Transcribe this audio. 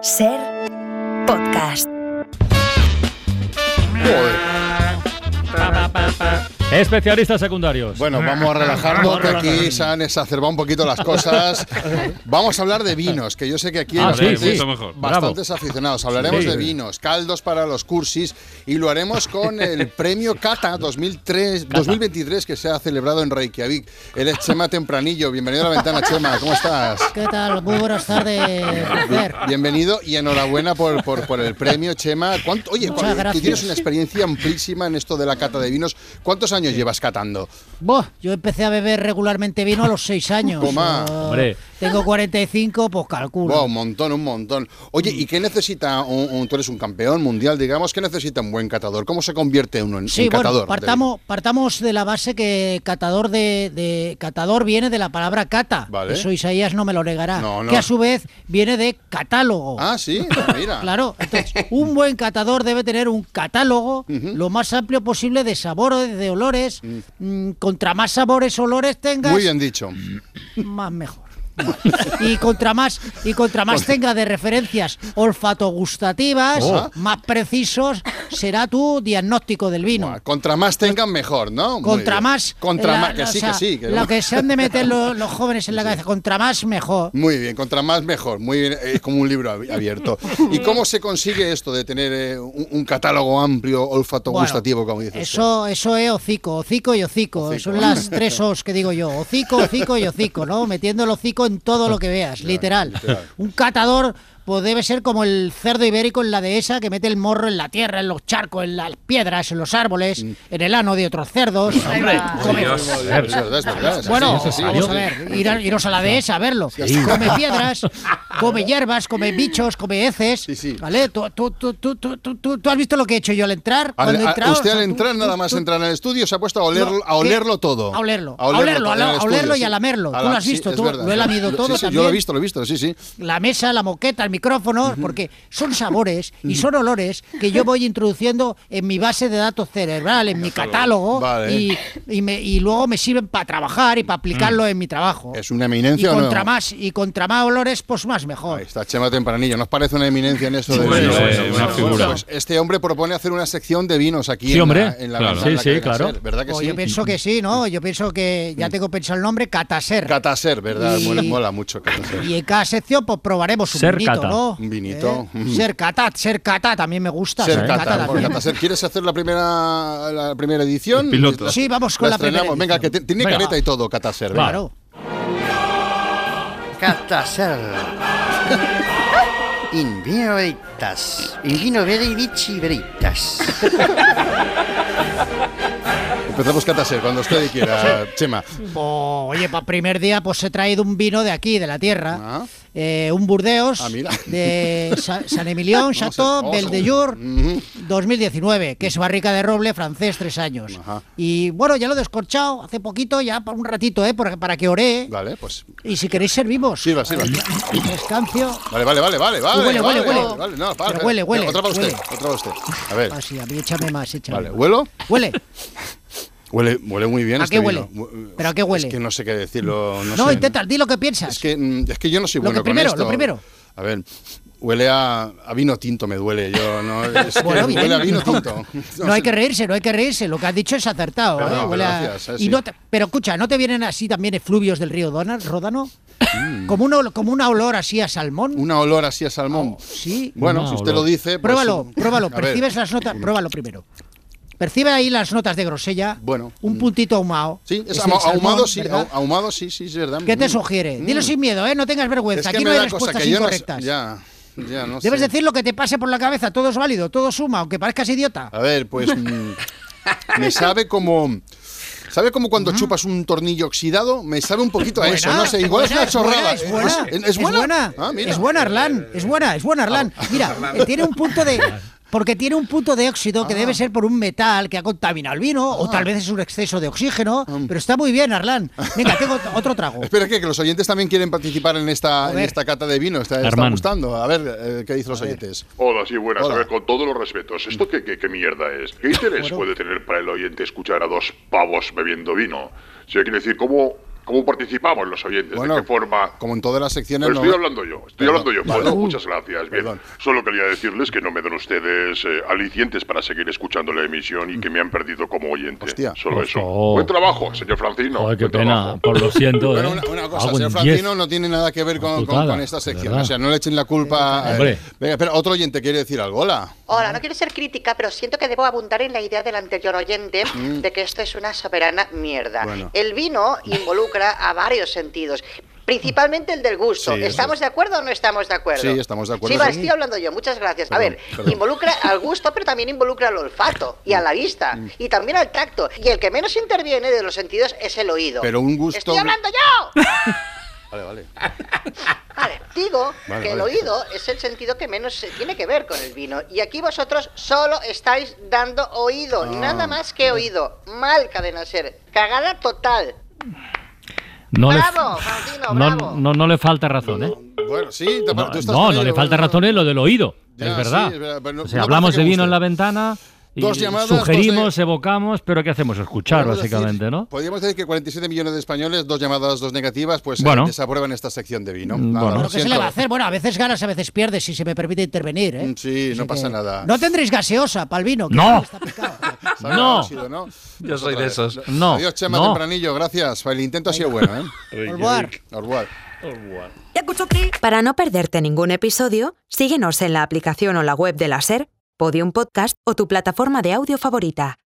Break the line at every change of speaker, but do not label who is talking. Ser podcast.
Especialistas secundarios.
Bueno, vamos a relajarnos, que aquí se han exacerbado un poquito las cosas. Vamos a hablar de vinos, que yo sé que aquí hay
Ah, sí,
bastantes-
mucho
mejor.
bastantes aficionados. Hablaremos
Sí.
de vinos, caldos para los cursis y lo haremos con el premio Cata 2003, 2023 que se ha celebrado en Reykjavik. Eres Chema Tempranillo. Bienvenido a la ventana, Chema. ¿Cómo estás?
¿Qué tal? Muy buenas tardes, Fer.
Bienvenido y enhorabuena por, por- por el premio, Chema. ¿Cuánto- oye,
Muchas
cu- tú
gracias.
tienes una experiencia amplísima en esto de la cata de vinos. ¿Cuántos años llevas catando?
Buah, yo empecé a beber regularmente vino a los 6 años.
Toma.
Eh,
Hombre.
tengo 45, pues calculo.
Buah, un montón, un montón. Oye,
Mm.
¿y qué necesita un, un- tú eres un campeón mundial, digamos, qué necesita un buen catador? ¿Cómo se convierte uno en,
Sí,
en
bueno,
catador? de
partamos, partamos de la base que catador de, de- catador viene de la palabra cata.
Vale.
Eso Isaías no me lo negará.
No, no.
Que a su vez viene de catálogo.
vino? Ah, sí, mira.
Claro, entonces, un buen catador debe tener un catálogo lo más amplio posible de sabores, de olores. Mm, contra más sabores, olores tengas,
Muy bien dicho.
más mejor. y contra más y contra más tenga de referencias olfatogustativas,
Oh.
más precisos será tu diagnóstico del vino.
Buah, contra más tengan, mejor, ¿no? Muy
Contra
bien.
más.
Contra
la-
más, que
o
sí,
sea,
que sí. que-
Lo que se han de meter lo- los jóvenes en la cabeza, contra más mejor.
Muy bien, contra más mejor. Muy bien, eh, es como un libro abi- abierto. ¿Y cómo se consigue esto de tener eh, un, un catálogo amplio olfato
Bueno,
gustativo, como dices? tú?
Eso, eso es hocico, hocico y hocico.
Hocico.
Son las tres os que digo yo. Hocico, hocico y hocico, ¿no? Metiendo el hocico en todo lo que veas, literal.
literal.
Un catador pues, debe ser como el cerdo ibérico en la dehesa que mete el morro en la tierra, en los charcos, en las piedras, en los árboles,
Mm.
en el ano de otros cerdos. Come-
Es verdad, es verdad, es verdad, es
Bueno,
así, es así.
vamos a ver, ir a- iros a la dehesa a verlo. Come piedras, come hierbas, come bichos, come heces.
Sí, sí.
¿Vale? ¿Tú, tú, tú, tú, tú, tú- tú has visto lo que he hecho yo al entrar?
Al-
Cuando he
a-
entrado,
usted
o sea,
al
tú-
entrar,
tú-
nada más
tú-
entrar en el estudio, se ha puesto a, oler-
No,
a olerlo todo.
A olerlo, a olerlo, a
todo en el
la- a olerlo
estudio,
y a
sí.
lamerlo. Tú lo has
sí,
visto,
es
tú
verdad.
lo he lamido
Sí,
todo
sí, Yo lo he
también.
visto, lo he visto, sí, sí.
la mesa, la moqueta, el micrófono, porque son sabores y son olores que yo voy introduciendo en mi base de datos cerebral, en mi catálogo,
Vale.
y, y me- y luego me sirven para trabajar y para aplicarlo en mi trabajo.
Mm. Es una
y
eminencia o no.
contra más y contra más olores, pues más
Ahí
mejor.
está Chema Tempranillo, nos parece una eminencia en eso de
Bueno,
vinos.
bueno, una figura.
Pues este hombre propone hacer una sección de vinos aquí
Sí,
en,
hombre.
la, en la
Claro.
ventana,
Sí,
la
sí,
cadena
claro.
SER, ¿verdad que sí?
O Pues
Mm.
yo pienso que sí, ¿no? Yo pienso que ya tengo pensado el nombre, Cataser.
Cataser, ¿verdad?
Y-
Mola, mola mucho Cataser.
y en cada sección pues probaremos un
Ser
vinito,
cata.
¿no?
Un vinito. Mm.
¿Eh? Ser cata, ser cata también me gusta.
Ser
ser
Cata,
cata
por
también.
Cataser. ¿Quieres hacer la primera, la primera edición?
El piloto.
Sí, vamos con la primera
estrenamos. Venga, que te-
edición.
tiene
Venga.
careta y todo, Cataser. venga.
Claro.
Catasar. In vino veritas. In vino veri vici veritas.
Empezamos Cataser, cuando usted quiera, Chema.
Pues, oye, para primer día pues he traído un vino de aquí, de la tierra.
Ah.
Eh, un Burdeos
Ah, mira.
de Sa- San Emilion,
a-
Chateau,
vamos a-
Belle de Jour, 2019, que es barrica de roble francés, tres años.
Ajá.
Y bueno, ya lo he descorchado hace poquito, ya para un ratito, ¿eh? Para, para que ore.
Vale, pues
Y si queréis servimos.
sirva, sirva.
Descancio.
Vale, vale, vale, vale, vale.
huele,
vale,
huele,
vale,
huele.
vale, no, para,
Pero huele, huele,
Otra para usted,
huele.
otra para usted. A ver,
Así, a mí échame más, échame
vale,
más.
¿huelo?
Huele.
Huele, huele muy bien
¿A
este
qué huele?
vino. Mu-
¿Pero a qué huele?
Es que no sé qué decirlo. No,
No,
sé.
intenta, di lo que piensas.
Es que, mm, es que yo no soy
Lo
bueno
que primero,
con esto.
lo primero.
A ver, huele a, a vino tinto, me duele. Yo no. es que
Bueno, bien,
huele a vino
no.
tinto.
No hay que reírse, no hay que reírse. Lo que has dicho es acertado.
Pero
¿eh?
no,
Huele a-
gracias, eh,
y
sí.
no te- Pero escucha, ¿no te vienen así también efluvios del río Dona- Ródano?
Mm.
Como, un ol- como una olor así a salmón.
Una olor así a salmón.
Sí.
Bueno,
Una
si usted
olor.
lo dice. pues,
Pruébalo,
a
pruébalo.
ver,
Percibes las notas. Pruébalo primero. Percibe ahí las notas de grosella.
Bueno. mm.
Un puntito ahumado.
Sí, es,
el
ahuma-
salmón,
ahumado, sí,
¿verdad?
ahu- ahumado, sí, sí, es verdad.
¿Qué te
Mm.
sugiere? Dilo
Mm.
sin miedo, ¿eh? No tengas
Es
vergüenza.
que
Aquí
me
no hay
da cosa
respuestas
que yo no sé-
incorrectas.
Ya, ya, no
Debes
sé.
decir lo que te pase por la cabeza. Todo es válido, todo suma, aunque parezcas idiota.
A ver, pues mm, me sabe como ¿Sabe como cuando chupas un tornillo oxidado? Me sabe un poquito a Ah, eso,
Buena,
no sé, igual
buena,
es una chorrada. ¿eh?
Es buena,
¿Es- es
es
buena?
buena,
Ah, mira.
es buena, Arlán, es buena, es buena, Arlán. Mira, eh, tiene un punto de... Porque tiene un punto de óxido
Ah.
que debe ser por un metal que ha contaminado el vino, o tal vez es un exceso de oxígeno, pero está muy bien, Arlán. Venga, tengo otro trago.
Ah. Espera que, que los oyentes también quieren participar en esta, en
ver.
esta cata de vino, está, está
Armand.
gustando. A ver, eh, ¿qué dicen los oyentes?
Hola, sí, buenas.
Hola.
A ver, con todos los respetos, ¿esto qué, qué- qué mierda es? ¿Qué interés puede tener para el oyente escuchar a dos pavos bebiendo vino? O sea, quiero decir, ¿cómo, ¿Cómo participamos los oyentes?
Bueno,
¿De qué forma?
Como en todas las secciones.
Pero estoy
no-
hablando yo, estoy
Perdón,
hablando yo.
vale.
Bueno,
Uh,
muchas gracias. Bien.
perdón.
Solo quería decirles que no me dan ustedes eh, alicientes para seguir escuchando la emisión y que me han perdido como oyente.
Hostia.
Solo eso.
Oh.
Buen trabajo, señor Francino.
Joder, qué
Buen
pena.
trabajo.
Por lo siento,
pues Bueno,
¿eh?
una, una cosa,
Hago
señor
un
Francino
10.
no tiene nada que ver con, con-
Putada,
con esta
de
sección.
verdad.
O sea, no le echen la culpa. a-
Hombre.
Venga, espera, otro oyente quiere decir algo. Hola.
Hola, no quiero ser crítica, pero siento que debo abundar en la idea del anterior oyente de que esto es una soberana mierda.
Mm. Bueno.
El vino involucra a varios sentidos. Principalmente el del gusto.
Sí,
¿Estamos de acuerdo o no estamos de acuerdo?
Sí, estamos de acuerdo.
Sí, va,
Sí.
estoy hablando yo. Muchas gracias. a
Perdón,
ver,
perdón. Eh,
involucra al gusto, pero también involucra al olfato y a la vista
mm,
y también al tacto. Y el que menos interviene de los sentidos es el oído.
Pero un gusto-
¡Estoy hablando yo!
Vale, vale.
Vale, digo
Vale,
que el
vale.
oído es el sentido que menos se tiene que ver con el vino. Y aquí vosotros solo estáis dando oído,
Ah,
nada más que oído. Mal cadena ser, cagada total.
No le,
Bravo,
no,
Francino, bravo.
no, no le falta razón, ¿eh?
Bueno, sí, te-
No,
tú estás
no,
por ahí,
no le
bueno,
falta
bueno.
razón en lo del oído.
Ya,
es verdad.
sí, es verdad, pero no-
o sea,
no
hablamos
parece
de
que
vino
guste.
en la ventana. Y
Dos llamadas, dos de-
sugerimos, evocamos, pero ¿qué hacemos? Escuchar,
Podríamos
básicamente,
decir-
¿no?
Podríamos decir que 47 millones de españoles, dos llamadas, dos negativas, pues eh,
Bueno.
desaprueban esta sección de vino.
Mm,
Nada,
bueno.
lo
Pero
¿Qué se le
siento.
va a hacer? Bueno, a veces ganas, a veces pierdes, si se me permite intervenir. ¿eh?
Mm, Sí, no pasa nada.
No tendréis gaseosa para el vino. que
¡No!
está picado.
Sabe
¡No!
ácido, ¿no?
Yo soy de esos.
No,
pues, Adiós, Chema
no.
Tempranillo, gracias. El intento ha sido bueno, ¿eh?
Por favor.
Au revoir.
Para no perderte ningún episodio, síguenos en la aplicación o la web de la SER, Podium Podcast o tu plataforma de audio favorita.